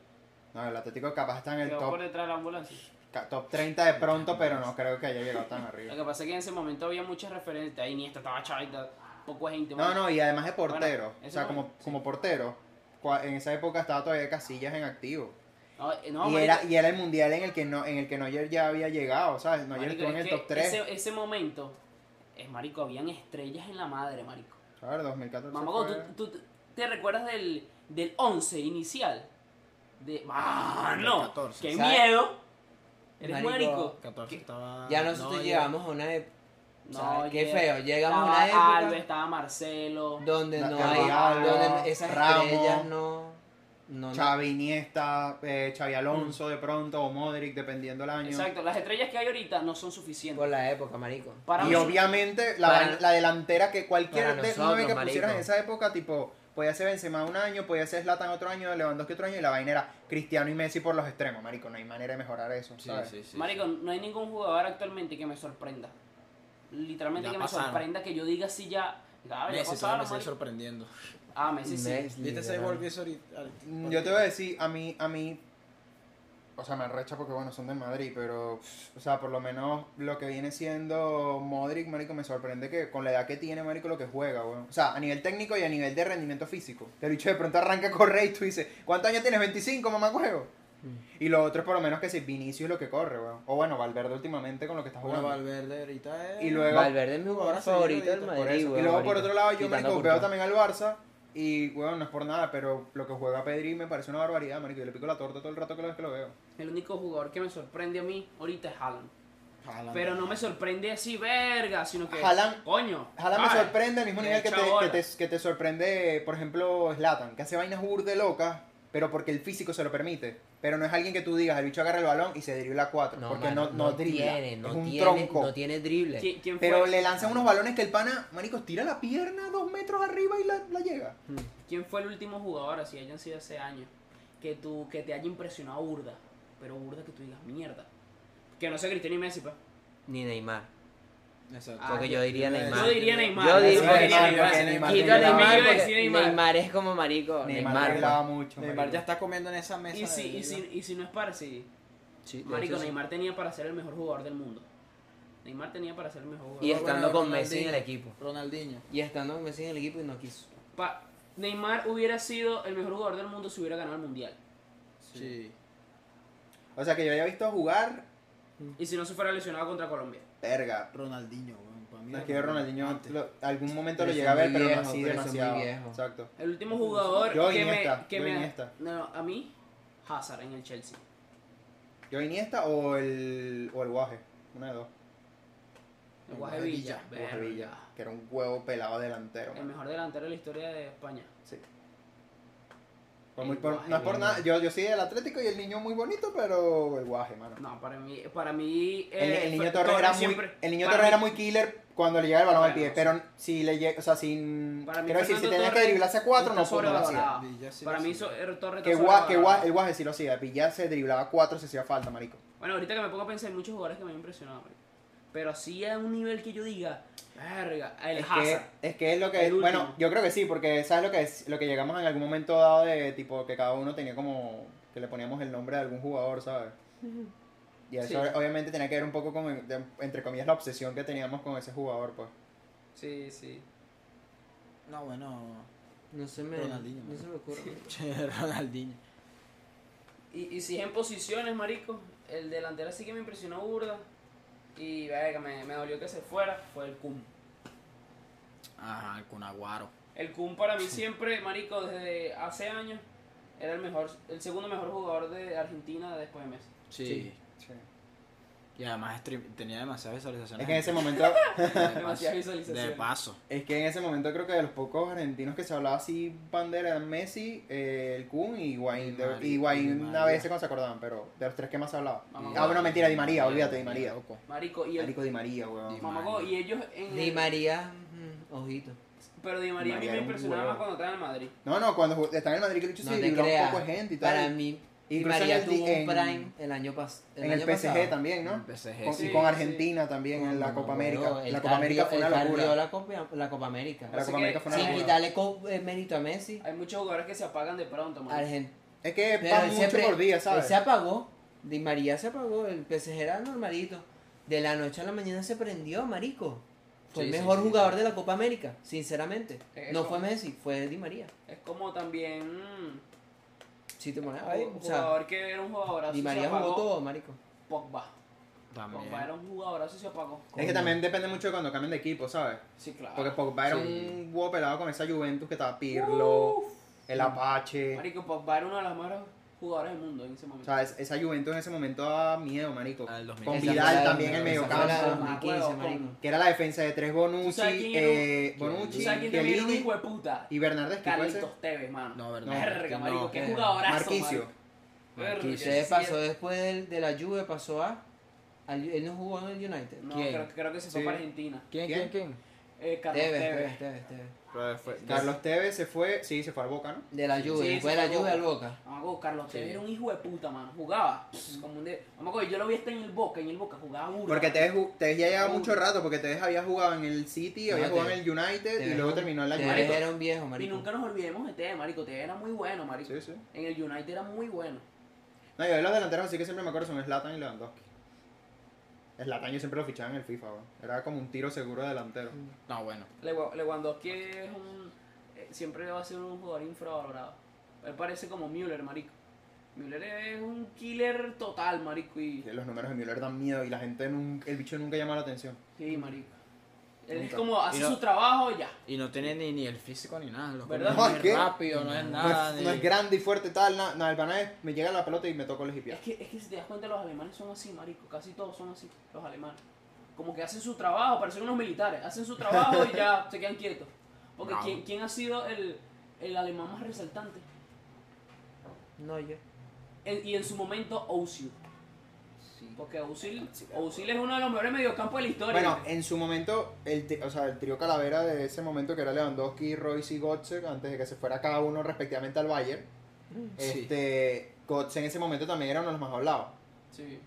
no, el Atlético capaz está en el Quedó por top, detrás de la ambulancia. ca- top 30 de pronto, pero no creo que haya llegado tan Lo arriba. que pasa es que en ese momento había muchas referencias. Ahí Iniesta estaba chavita, poco gente. No, no, y además de portero. Bueno, o eso sea, no- como, como portero, cua- en esa época estaba todavía Casillas en activo. no, eh, no, y, marico, era, y era el mundial en el que no en el que Neuer ya había llegado, ¿sabes? Neuer marico, estuvo en es el que top 3. Ese, ese momento, es marico, habían estrellas en la madre, marico. A ver, 2014. Mamago, fue- ¿tú, tú te recuerdas del, del 11 inicial? De. ¡Mano! 14. ¡Qué ¿Sabes? miedo! Eres Marico, marico. 14 estaba. Ya nosotros no, llegamos a una época. Ah, No, ¿sabes? Qué llega- feo. Llegamos estaba a una época Alves, estaba Marcelo. donde Da- no hay. Carvajal, Donde esas Ramos, estrellas no. no Xavi Iniesta, eh, Xavi Alonso de pronto, o Modric, dependiendo el año. Mm. Exacto, las estrellas que hay ahorita no son suficientes. Por la época, marico. Para Y mí- obviamente la, Para- la delantera que cualquier para de nosotros, nueve que marico. pusieras en esa época, tipo, podía ser Benzema un año, podía ser Zlatan otro año, Lewandowski otro año, y la vaina era Cristiano y Messi por los extremos, marico, no hay manera de mejorar eso, Sí, ¿sabes? sí, sí. Marico, no hay ningún jugador actualmente que me sorprenda. Literalmente Ya que pasaron. me sorprenda que yo diga si ya. Ah, ya Messi todavía pasaron, me sigue marico. sorprendiendo. Ah, Messi sí. Messi, ¿Viste ese ¿verdad? gol que hizo ahorita? Mm, Yo te voy a decir, a mí, a mí, o sea, me recha porque, bueno, son de Madrid, pero, o sea, por lo menos lo que viene siendo Modric, marico, me sorprende que con la edad que tiene, marico, lo que juega, weón. O sea, a nivel técnico y a nivel de rendimiento físico. Te dicho, de pronto arranca a correr y tú dices, ¿cuántos años tienes? ¿25, mamá huevo? Y lo otro es por lo menos que si Vinicius es lo que corre, weón. O bueno, Valverde últimamente con lo que está Bueno, jugando. Valverde ahorita es. Y luego- Valverde es mi jugador Ahora sí, favorito ahorita, del por Madrid. Por eso. weón, Y luego por ahorita. otro lado yo Quitando marico, Courtois. veo también al Barça y weón, no es por nada, pero lo que juega Pedri me parece una barbaridad, marico, yo le pico la torta todo el rato que lo, que lo veo. El único jugador que me sorprende a mí ahorita es Haaland. Haaland. Pero no me sorprende así, verga, sino que. Haaland- Coño. Ojalá me ay, sorprende al mismo me nivel que echa te, que, bola. te, que te sorprende, por ejemplo, Zlatan, que hace vainas burde locas, pero porque el físico se lo permite. Pero no es alguien que tú digas, el bicho agarra el balón y se dribla cuatro, No, porque mano, no, no, dribla, tiene, no es un tiene, tronco. No tiene drible. ¿Qui- ¿Quién fue? pero le lanzan unos balones que el pana, marico, tira la pierna dos metros arriba y la, la llega. ¿Quién fue el último jugador, así hayan sido hace años, que, tú, que te haya impresionado burda? Pero burda que tú digas mierda. Que no sea Cristiano y Messi, pues. Ni Neymar. Exacto. Ah, Porque yo- yo diría yo- Neymar. Yo diría Neymar. Yo diría diría Neymar. Neymar, Neymar. porque Neymar Quito Quita a tiene Neymar, iba Neymar a porque decir Neymar. Neymar es como marico. Neymar Neymar. driblaba pues. mucho. Neymar marico. ya está comiendo en esa mesa. Y si, de- y, si, y si no es para sí. Sí, de Marico, hecho, sí. Neymar tenía para ser el mejor jugador del mundo. Neymar tenía para ser el mejor jugador. Y Pero estando bueno, con Messi en el Ronaldinho. equipo. Ronaldinho. Y estando con Messi en el equipo y no quiso. Pa- Neymar hubiera sido el mejor jugador del mundo si hubiera ganado el mundial. Sí. O sea, que yo había visto jugar, Y si no se fuera lesionado contra Colombia. verga. Ronaldinho, weón. Para mí No es era que Ronaldinho antes. lo- algún momento Pero lo eso llega a es ver, muy pero no viejo, así pero eso es muy demasiado. viejo. Exacto. El último jugador Yo, que me. Iniesta, Que yo, me Iniesta. No, a mí, Hazard en el Chelsea. ¿Yo Iniesta o el, o el Guaje? Una de dos. El El Guaje Guaje Villa. Villa, verga. Villa, que era un huevo pelado delantero. El mano. mejor delantero de la historia de España. Sí. Fue muy El por- Guaje no es por Villa. nada, yo, yo soy del Atlético y el niño muy bonito, pero el Guaje, mano. No, para mí. Para mí El, eh, el niño fue- Torres era muy, siempre- el niño para Torres era mí- muy killer cuando le llega el balón al Bueno, pie, pero si le llega, o sea, sin, Para mí quiero decir, si Fernando tenía que Torres driblarse a cuatro, está no pudo no lo hacía. sobrevalorado. Villa sí lo Para mí, eh, hacía. so- el Torres. Que, está Gua- que Gua- sobrevalorado. el Guaje sí lo hacía, Villa se driblaba a cuatro si hacía falta, marico. Bueno, ahorita que me pongo a pensar, hay muchos jugadores que me han impresionado. marico. Pero así a un nivel que yo diga, verga, el Es que, Hazard. es que es lo que El bueno, último. yo creo que sí, porque sabes lo que es, lo que llegamos en algún momento dado de tipo que cada uno tenía como que le poníamos el nombre de algún jugador, ¿sabes? Y eso Sí. obviamente tenía que ver un poco con de- entre comillas la obsesión que teníamos con ese jugador, pues. Sí, sí. No, bueno. No se me, Ronaldinho, no mano. se me ocurre. Che, Ronaldinho. Y, y si es en posiciones, marico, el delantero sí que me impresionó burda. Y verga, me, me dolió que se fuera, fue el Kun. Ajá, con Aguaro. El Kun para mí siempre, marico, desde hace años, era el mejor, el segundo mejor jugador de Argentina después de Messi. Sí. Y además stream- tenía demasiadas visualizaciones. Es que en ese momento, Demasiadas De visualizaciones. paso. es que en ese momento creo que de los pocos argentinos que se hablaba así bandera eran Messi, eh, el Kun y Higuaín, Di De- María, y Higuaín Di a María. veces cuando se acordaban, pero de los tres que más se hablaba. Mamá, Ah, bueno, mentira, Di María, Mamá, olvídate Di María. loco. Marico, y el Marico Di María, weón. Di Mamagó, y ellos en Di el- María, mm, ojito. pero Di María a mí María me era un impresionaba huevo. más cuando estaba en Madrid. No, no, cuando jug- estaba en el Madrid, que el bicho No se te driblaba un creas. poco de gente y tal. Para mí, y Y Incluso en María el- tuvo en- un prime el año, pas En el año PSG pasado. también, ¿no? El PSG, Con- sí. y con sí. Argentina también en la No, Copa América. boludo, el la Copa América Cardio- fue una el Cardio locura. la Copa, la Copa América. La Así Copa que- América fue una sí, Sin y locura. quitarle co- eh, mérito a Messi. Hay muchos jugadores que se apagan de pronto, man. Argen- Es que Pero pasa él mucho siempre- por día, ¿sabes? Él se apagó. Di María se apagó. El PSG era normalito. De la noche a la mañana se prendió, marico. Fue Sí, el sí, mejor sí, jugador sí. de la Copa América, sinceramente. Eh, no no. fue Messi, fue Di María. Es como también mm, Si te pones ahí, un o sea, jugador que era un jugadorazo. Di se María jugó apagó. todo, marico. Pogba. También. Pogba era un jugadorazo y se apagó. Es que también depende mucho de cuando cambian de equipo, ¿sabes? Ah, Sí, claro. Porque Pogba era Sí. un huevo pelado con esa Juventus que estaba Pirlo, Uf. el Apache. Marico, Pogba era uno de los mejores jugadores del mundo en ese eh, O momento. sea, es- esa Juventus en ese momento daba miedo, marico. Al 2000. Con Esa Vidal fue la- también en el esa fue la de mediocampo. 2015, Con- marico. Que era la defensa de tres Bonucci, sabes quién era un- eh, ¿Tú Bonucci, sabes quién también era un Chiellini hijo de puta? y Bernardes. ¿qué puede ser? Carlitos Tevez, mano. No, Bernardes, Verga, no, marico, qué Tevez. jugadorazo. Marquicio. marico. Verga, Y sí, se sí, pasó después del- de, la Juve, pasó a... al- él no jugó en el United. No, ¿Quién? creo, creo que se fue Sí. para Argentina. ¿Quién, ¿Quién? quién, quién? Eh, Carlos Tevez, Tevez. Tevez, Tevez, Tevez. Carlos Tevez se fue, sí, se fue al Boca, ¿no? De la Juve, Sí, después se de fue la a Juve al Boca. Boca. No, go, Carlos Tevez Sí. era un hijo de puta, mano. Jugaba. Como un de... Vamos, yo lo vi hasta en el Boca, en el Boca. Jugaba burro. Porque Tevez, ju- Tevez ya llevaba mucho rato, porque Tevez había jugado en el City, No, había jugado en Tevez- el United y Tevez- luego terminó en la Tevez Juventus. era un viejo, Y marico. nunca nos olvidemos de Tevez, marico. Tevez era muy bueno, marico. Sí, sí. En el United era muy bueno. No, yo de los delanteros así que siempre me acuerdo son Slatan y Lewandowski. Slatan yo siempre lo fichaba en el FIFA, weón. Era como un tiro seguro de delantero. No, bueno. Lewa- Lewandowski es un... eh, Siempre va a ser un jugador infravalorado. Él parece como Müller, marico. Müller es un killer total, marico. Y... Y Los números de Müller dan miedo y la gente nunca, el bicho nunca llama la atención. Sí, marico. Él es Nunca. como hace Y no- su trabajo y ya. Y no tiene ni, ni el físico ni nada. Lo ¿Verdad? No es ¿Qué? rápido, no es nada. no, es, ni- no es grande y fuerte tal, nada. No, el pana es, me llega la pelota y me toco el Es hipiar. que, es que si te das cuenta, los alemanes son así, marico. Casi todos son así, los alemanes. Como que hacen su trabajo, parecen unos militares. Hacen su trabajo y ya se quedan quietos. Porque No. ¿quién, quién ha sido el, el alemán más resaltante? No, yo. En- y en su momento, Ozil. Sí. Porque Ozil, Ozil es uno de los mejores mediocampos de la historia. Bueno, eh, en su momento, el, tri- o sea, el trío calavera de ese momento que era Lewandowski, Royce y Götze, antes de que se fuera cada uno respectivamente al Bayern, Sí. este, Götze en ese momento también era uno de los más hablados. sí.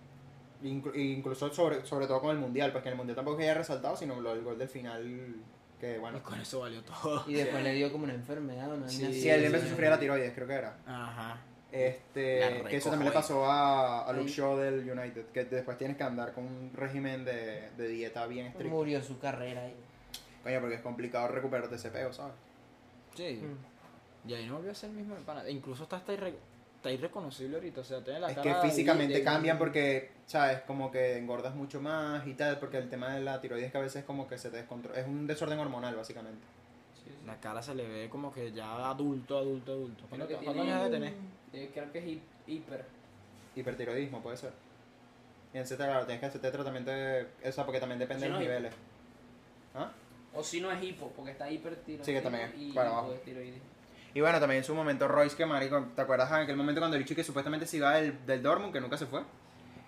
Inclu- incluso sobre, sobre todo con el Mundial, porque en el Mundial tampoco había resaltado, sino lo- el gol del final, que bueno. Y con eso valió todo. Y después le dio como una enfermedad, una Sí, Si así. sí, él empezó a sí. sufrir la tiroides, creo que era. Ajá. La Este, recojo, que eso también le pasó a, a Luke Ahí. Shaw del United, que después tienes que andar con un régimen de, de dieta bien estricto. Murió su carrera ahí. Coño, porque es complicado recuperarte ese peo, ¿sabes? Sí. Mm. Mm. Y ahí no volvió a ser el mismo de pana. Incluso está, está, irre- está irreconocible ahorita. O sea, tiene la Es cara que de- físicamente de- cambian porque, ¿sabes? Como que engordas mucho más y tal, porque el tema de la tiroides que a veces como que se te descontrola. Es un desorden hormonal, básicamente. La cara se le ve como que ya adulto, adulto, adulto. Creo ¿Cuántos que cuántos tiene- años debe tener? Eh, creo que es hi- hiper. Hipertiroidismo puede ser. Y entonces, claro, tienes que hacerte tratamiento de... O sea, porque también Sí, depende de los no, y- niveles. ¿Ah? O si no es hipo, porque está hipertiroidismo Sí, que también es y para abajo. hipotiroidismo. Y bueno, también en su momento Royce, que marico, ¿te acuerdas en aquel momento cuando el chico que supuestamente se iba del, del Dortmund, que nunca se fue?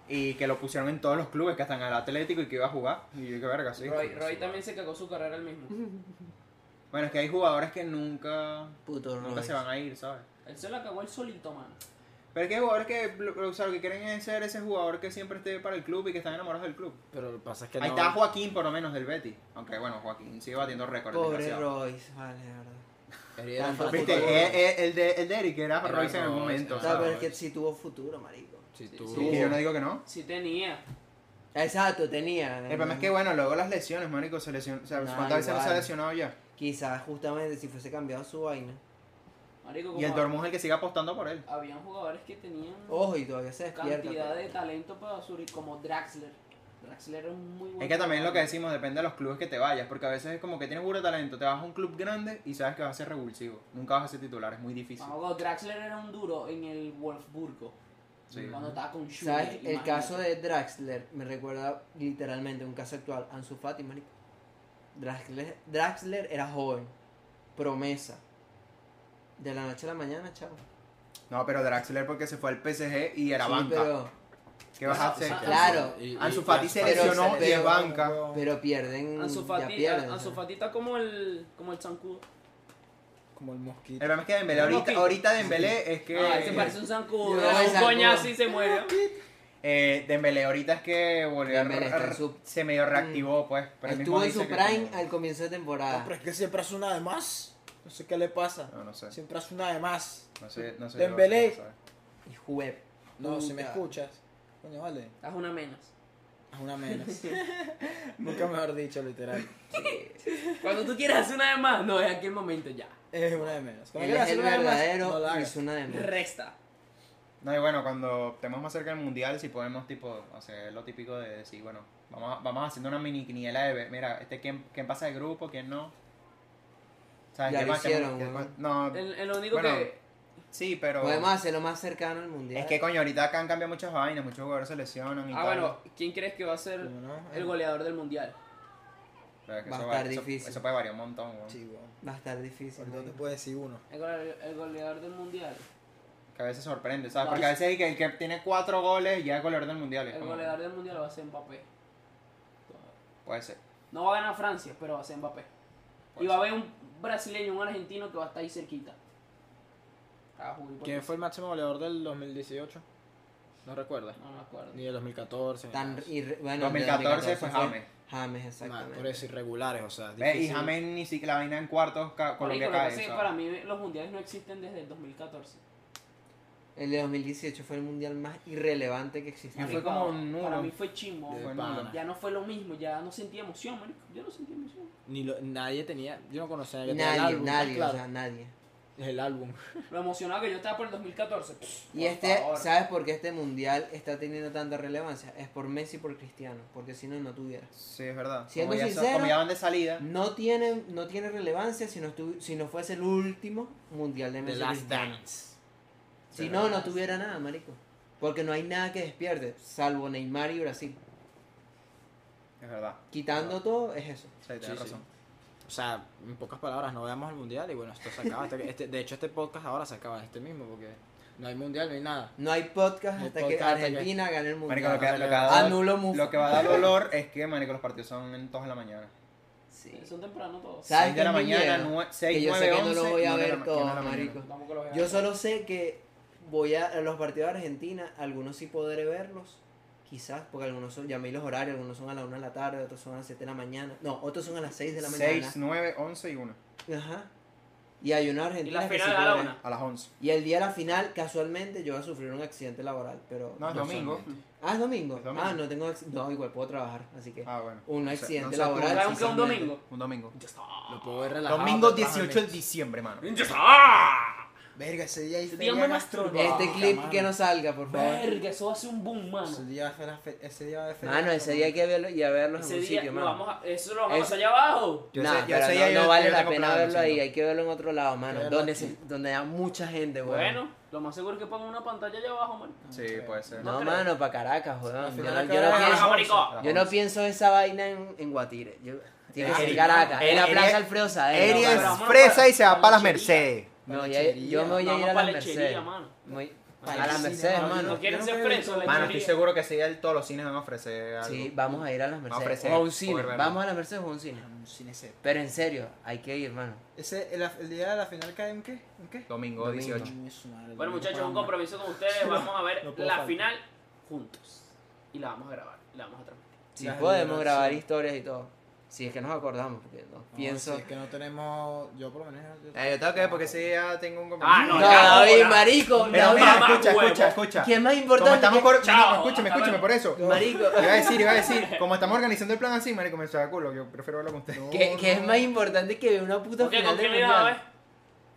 Y que lo pusieron en todos los clubes, que hasta en el Atlético y que iba a jugar. Y yo, qué verga, sí. Roy, Roy también se cagó su carrera el mismo. Bueno, es que hay jugadores que nunca... Puto Nunca Royce. se van a ir, ¿sabes? Él se la cagó él solito, mano. Pero es que hay jugadores que lo, o sea, lo que quieren es ser ese jugador que siempre esté para el club y que están enamorados del club. Pero lo que pasa es que Ahí no... está Joaquín, por lo menos, del Betty. Aunque bueno, Joaquín sigue batiendo récords. Pobre desgraciado. Royce, vale, de verdad. Era Tan fútbol. Viste, eh, eh, el, de, el de Eric era Era Royce en el Royce, momento. Ah, O sea, ¿sabes? pero es Royce. que sí tuvo futuro, marico. Sí, Sí, tú- sí. Sí, que yo no digo que no. Sí tenía. Exacto, tenía. El problema es que, bueno, luego las lesiones, marico, se lesionó. O sea, Nah, ¿cuántas veces no se ha igual. lesionado ya? Quizás justamente si fuese cambiado su vaina. Marico, Y el como- Dortmund es el que sigue apostando por él. Habían jugadores que tenían Ojo, y todavía se despierta. pues. cantidad pues. pero- de talento para subir, como Draxler. Draxler es un muy bueno. Es que también lo que decimos depende de los clubes que te vayas, porque a veces es como que tienes puro talento, te vas a un club grande y sabes que vas a ser revulsivo. Nunca vas a ser titular, es muy difícil. Ah. Draxler era un duro en el Wolfsburgo. Sí. Cuando estaba con Schuller. ¿Sabes? El imagínate. caso de Draxler me recuerda literalmente a un caso actual, Ansu Fati, marico. Draxler, Draxler era joven, promesa. De la noche a la mañana, chavo. No, pero Draxler porque se fue al PSG y era Sí, banca. Pero, ¿Qué vas a Sí, hacer? claro. claro, Y- y- Ansu y- Fati y- se pero- lesionó y es pero- banca. pero pierden. Ansu ya Fati, pierden, Ansu o sea. Fati está como el, como el Zancudo. como el mosquito. El problema es que Dembélé ahorita, Mosquito. ahorita Dembélé es que... Ah, se parece un zancudo. Yo no me Un zancudo. coñazo y se muere. Eh, Dembélé ahorita es que volvió a... Dembélé está en su- Mm. Se medio reactivó, pues. pero él mismo Estuvo en dice su que prime como- al comienzo de temporada. No, Ah, pero es que siempre hace una de más. No sé qué le pasa. No, no sé. Siempre hace una de más. No sé, no sé. Dembélé. no sé, no sé. Y jugué. No, si me Puta. escuchas. Coño, vale. Haz una menos. Haz una menos. Nunca mejor dicho, literal. Cuando tú quieras hacer una de más, no, es aquí el momento ya. Es una de menos. Cuando Él quieras es hacer el una de más, no verdadero la y hagas. es una de más. Resta. No, y bueno, cuando estemos más cerca del mundial, si podemos, tipo, hacer lo típico de decir, bueno, vamos, a- vamos haciendo una mini quiniela de, ver, mira, este, ¿quién, quién pasa de grupo, quién no? ¿Sabes Ya qué lo más? ¿Qué más? hicieron, ¿Qué weón. más? No, El, el único Bueno, que. sí, pero... Podemos hacerlo más cercano al mundial. Es que, coño, ahorita acá han cambiado muchas vainas, muchos jugadores se lesionan y Ah, tal. bueno, ¿quién crees que va a ser Como no, el eh. goleador del mundial? Pero es que Va a eso estar eso- difícil. Eso puede variar un montón, weón. Sí, weón. Va a estar difícil. Ahorita te marico. puedo decir uno. El, gole- el goleador del mundial. Que a veces sorprende, ¿sabes? No, Porque yo- a veces el que, el que tiene cuatro goles ya es goleador del mundial. es El como, goleador del mundial va a ser Mbappé. Puede ser. No va a ganar Francia, pero va a ser Mbappé. puede Y va a haber un brasileño, un argentino que va a estar ahí cerquita. Ah, jugué por- ¿Quién fue el máximo goleador del 2018? No recuerdas. No me acuerdo. Ni del 2014. ni Tan nada. irre- bueno, 2014 el fue James. James, Mal, exactamente. por eso irregulares, o sea, Ve, Y difícil. James ni siquiera la vaina en cuartos, ca- Marico, Colombia lo que cae. pasa es que ¿sabes? para mí los mundiales no existen desde el 2014. El de 2018 fue el mundial más irrelevante que existió. Y fue Marico, como un nulo. Para mí fue chimbo. De Fue pana. nulo. Ya no fue lo mismo, ya no sentía emoción, marico. Yo no sentía emoción. Ni lo- nadie tenía, yo no conocía nadie que tenía el Nadie, álbum, nadie, claro. o sea, nadie. el álbum. Lo emocionado que yo estaba por el 2014. Pff, Y pues, por este, favor. ¿sabes por qué este mundial está teniendo tanta relevancia? Es por Messi y por Cristiano, porque si no, no tuviera. Sí, es verdad. Siendo como, ya so- sincero- Mm. como ya van de salida. No tiene, no tiene relevancia si no, estu- si no fuese el último mundial de The Messi. y Last Cristiano. Dance. Si no, no tuviera nada, marico. Porque no hay nada que despierte, salvo Neymar y Brasil. Es verdad. Quitando todo, es eso. Sí, tienes Sí, sí. razón. O sea, en pocas palabras, no veamos el mundial y bueno, esto se acaba. Este- este- de hecho, este podcast ahora se acaba este mismo porque no hay mundial, no hay nada. No hay podcast No hay hasta que podcast hasta que- Argentina gane el mundial. Marico, lo que, lo que ha dado- Anulo Mufa. lo que va a dar dolor es que, marico, los partidos son en todas la mañana. Sí. Son temprano todos. ¿Sabes Seis de la quién me mañana, llega? nue- seis, Que yo sé nueve, que no lo once, voy a nueve de la ver ma- todo, nueve de la mañana. marico. Tampoco los veo. Yo solo sé que voy a, a los partidos de Argentina, algunos sí podré verlos, quizás, porque algunos son, llamé los horarios, algunos son a la 1 de la tarde, otros son a las 7 de la mañana, no, otros son a las 6 de la mañana. 6, 9, 11 y 1. Ajá. Y hay una Y Argentina la que sí final a la podré. una. A las 11. Y el día de la final, casualmente, yo voy a sufrir un accidente laboral, pero... No, es domingo. Casualmente. Ah, ¿es domingo? Es domingo. Ah, no tengo... acc- No, igual puedo trabajar, así que... Ah, bueno. un No sé- accidente no sé tú, laboral. ¿Saben qué es un quizás me- domingo? Un domingo. Ya está. Lo puedo ver relajado. Domingo pero 18 de bájame. diciembre, mano. Ya está. Verga, ese día hice. Día más astronómico. Este clip que no salga, por favor. Verga, eso hace un boom, mano. Ese día fue la fe- ese día de fe- Mano, Ah, ese día hay que verlo y a verlo en Ese un día sitio, lo mano. vamos a, eso lo vamos Eso- allá abajo. Yo Nah, sé- yo pero sé, no, yo- no yo vale la tengo pena planes, verlo sí, ahí, no. hay que verlo en otro lado, mano, verlo donde, aquí. se- donde haya mucha gente, weón. Bueno, lo más seguro es que pongan una pantalla allá abajo, mano. Sí, puede ser. no, creo. mano, para Caracas, weón. Yo, no- final yo no Caracas. Carajo, pienso, marico. yo no pienso esa vaina en, en Guatire. Yo, tiene que ser Eh, Eri- Caracas, en la Eri- plaza Alfredo Sadero. Eri Aries es- mano. vámonos fresa para- y se va para para las lechería. Mercedes. No, ya- yo me voy a Vamos ir a pa' las lechería, Mercedes. mano. Muy- Pa' a las lechería, Mercedes, mano. mano. No quieren yo ser creo que- presos, Mano, estoy lechería. seguro que ese día el- todos los cines van a ofrecer algo. Sí, vamos a ir a las Vamos a Mercedes. ofrecer, O a un por cine. verlo. Vamos a las Mercedes o a un cine. Un cine ese. Pero en serio, hay que ir, mano. Ese, el, el día de la final cae en qué? ¿En qué? Domingo, 18. Coño, su madre, Bueno, domingo muchachos, para un más. compromiso con ustedes. Vamos a ver No puedo la faltar. final juntos. Y la vamos a grabar, y la vamos a transmitir. Si Las podemos liberaciones. grabar historias y todo. Si es que nos acordamos, porque no No, pienso. si es que no tenemos. Yo por lo menos. yo- Eh, yo tengo que ver porque ese día tengo un Ah, compromiso. no, No, ya, David, ahora. marico. Pero David, mira, Mamá, escucha, huevo. escucha, escucha. ¿Quién más Como importante? estamos que- cor- Chao, Marico, escúchame, hasta escúchame, luego. por eso. Marico, Iba a decir, iba a decir, como estamos organizando el plan así, marico, me saca culo, yo prefiero hablar con ustedes. No, que, que es no. más importante que una puta Ok, ¿con final quién del le ibas a mundial.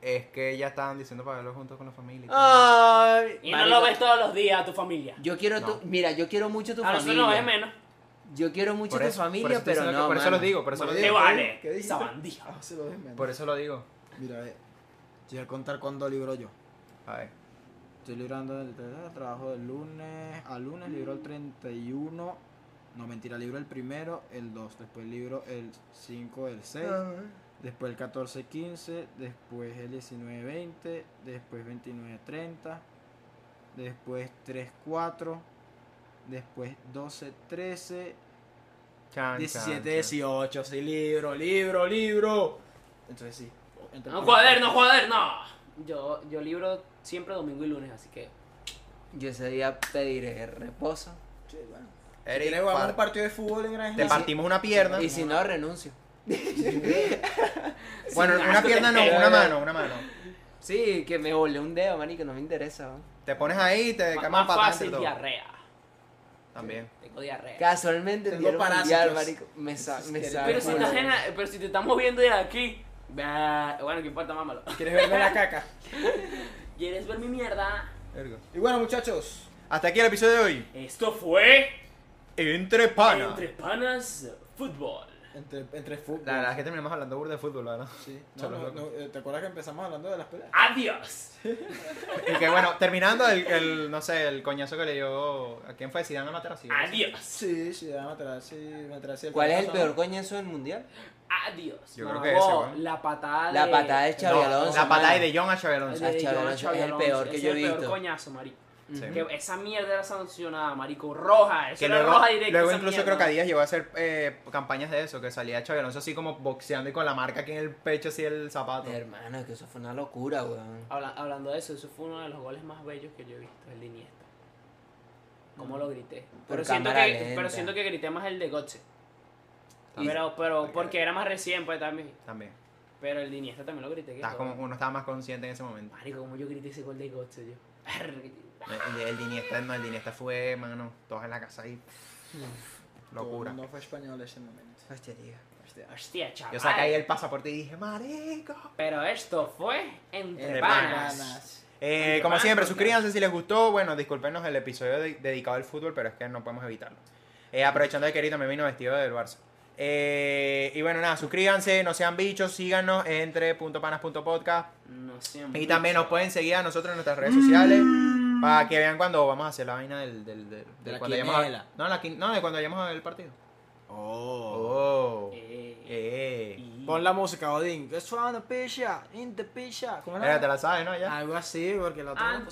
ver? Es que ya estaban diciendo para verlo juntos con la familia. Ah, Ay, Y no marico, lo ves todos los días a tu familia. Yo quiero No. tu, mira, yo quiero mucho tu A nosotros familia. nos ves menos. yo quiero mucho Por tu eso- por familia, eso te pero diciendo que- no. Por eso mano. lo digo, por eso lo Te digo. vale. ¿Qué dijiste? Esa bandija. Ah, se lo desmento. Por eso lo digo. Mira, eh, te voy a contar cuándo libro yo. A ver. Estoy librando el trabajo del lunes a lunes, libro el 31. No, mentira, libro el primero, el 2. Después libro el 5, el 6. Ah. Después el 14, 15. Después el 19, 20. Después 29, 30. Después 3, 4. Después 12, 13. Chan, chan, 17, chan. 18. Sí, libro, libro, libro. Entonces sí. entre- No, cuaderno, cuaderno. Yo, yo libro siempre domingo y lunes, así que. Yo ese día pediré reposo. Sí, bueno. Eric, ¿Quieres jugar par- un partido de fútbol en Gran te Isla? partimos una pierna. Y si no, renuncio. Bueno, Sí, una no, pierna no, te- una mano, una mano. Sí, que me volé un dedo, manico, no me interesa. weón. Te pones ahí y te Más, quemas más patas entre fácil todo. diarrea. También. Tengo diarrea. Casualmente Tengo dieron mundial, parásitos. marico. Me, sa me Pero sabe Pero si, culo. estás en la- pero si te estás moviendo de aquí. bah, Bueno, que importa, mámalo. ¿Quieres verme la caca? ¿Quieres ver mi mierda? Ergo. Y bueno, muchachos, Hasta aquí el episodio de hoy. Esto fue. Entre pana. Entre Panas Fútbol. Entre, entre fútbol. La verdad es que terminamos hablando burda de fútbol, ¿verdad? Sí. No, Cholo, no, loco. no, eh, ¿Te acuerdas que empezamos hablando de las peleas? Adiós. Y que bueno, terminando el, el, no sé, el coñazo que le dio. ¿A quién fue? Zidane a Materazzi. Adiós. Sí, sí, ya me trae, sí, me trae, sí, ¿Cuál es el coñazo. peor coñazo del mundial? Adiós. Yo creo que Mamá, ese, bueno. La patada de. La patada de Xavi No, Alonso. la patada mano. de John a Xabi Alonso. Ah, Xavi de John Alonso Xavi es el Alonso. peor que Ese yo es he el peor visto. coñazo, marico. Sí. Que esa mierda era sancionada, marico. Roja. Eso Que era luego, roja directa. luego esa incluso mierda. creo que a Díaz llegó a hacer eh, campañas de eso, que salía Xabi Alonso así como boxeando y con la marca aquí en el pecho así el zapato. Hermano, que eso fue una locura, weón. Habla- hablando de eso, eso fue uno de los goles más bellos que yo he visto, el de Iniesta. Mm. ¿Cómo lo grité? Por Pero siento, cámara que, lenta. pero siento que grité más el de Gotze. Y- Pero, pero porque era más recién, pues también. También. Pero el de Iniesta también lo grité. que Estás joder. como, uno estaba más consciente en ese momento. Marico, como yo grité ese gol de Gotze, yo. El, el, el de Iniesta, no, el de Iniesta fue, mano, todos en la casa ahí. Mm. Locura. No fue español ese momento. Este, ah, Hostería. Hostia. Hostia, chaval. Yo saqué ahí el pasaporte y dije, marico. Pero esto fue entre, Entre panas. eh, Panas. Eh, Ay, como qué siempre, bárbaro. suscríbanse si les gustó. Bueno, discúlpenos el episodio de- dedicado al fútbol, pero es que no podemos evitarlo. Eh, aprovechando de que Erika me vino vestido del Barça. Eh, y bueno, nada, suscríbanse, no sean bichos, síganos entre .panas.podcast No siempre. y también nos pueden seguir a nosotros en nuestras redes sociales para que vean cuando vamos a hacer la vaina del... del, del- del De la cuando vayamos a- quiniela. Eh, no, la quin- no, de cuando vayamos a ver el partido. Oh. Oh. Eh, Eh. y- Pon la música, Odín. It's on the pizza, in the pizza. ¿Cómo Mira, te la sabes, ¿no? Ya. Algo así, porque la otra no Ante-